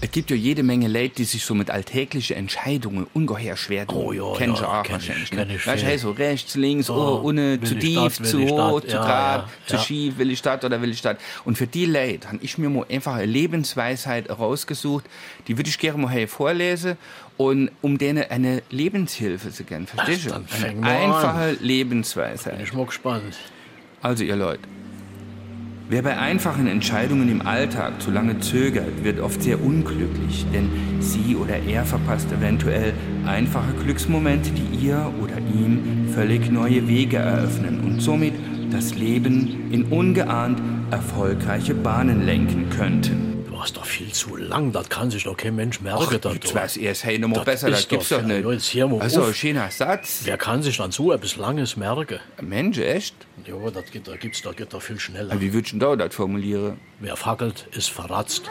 Es gibt ja jede Menge Leute, die sich so mit alltäglichen Entscheidungen ungeheuer schwer tun. Oh ja, Kennst ja, du auch kenn ich, wahrscheinlich. kenn ne? ich weißt du, viel. hey, so rechts, links, oh, ohne, will zu ich tief, das, will zu ich hoch, das, zu ja, grad, ja, zu ja. schief, will ich das oder will ich das. Und für die Leute habe ich mir mal einfach eine Lebensweisheit rausgesucht, die würde ich gerne mal hey vorlesen und um denen eine Lebenshilfe zu geben. Verstehst du? dann fäng Eine mal an. einfache Lebensweisheit. Ich bin gespannt. Also ihr Leute, wer bei einfachen Entscheidungen im Alltag zu lange zögert, wird oft sehr unglücklich, denn sie oder er verpasst eventuell einfache Glücksmomente, die ihr oder ihm völlig neue Wege eröffnen und somit das Leben in ungeahnt erfolgreiche Bahnen lenken könnten. Du hast doch viel zu lang, das kann sich doch kein Mensch merken. das jetzt doch. weiß ihr es, hey, nochmal Das besser, das ist gibt's doch- doch ja, jetzt nicht. hör mal Also, auf. schöner Satz. Wer kann sich dann so etwas Langes merken? Mensch, echt? Ja, das geht, da gibt's, da geht da viel schneller. Wie würdest du denn da das formulieren? Wer fackelt, ist verratzt.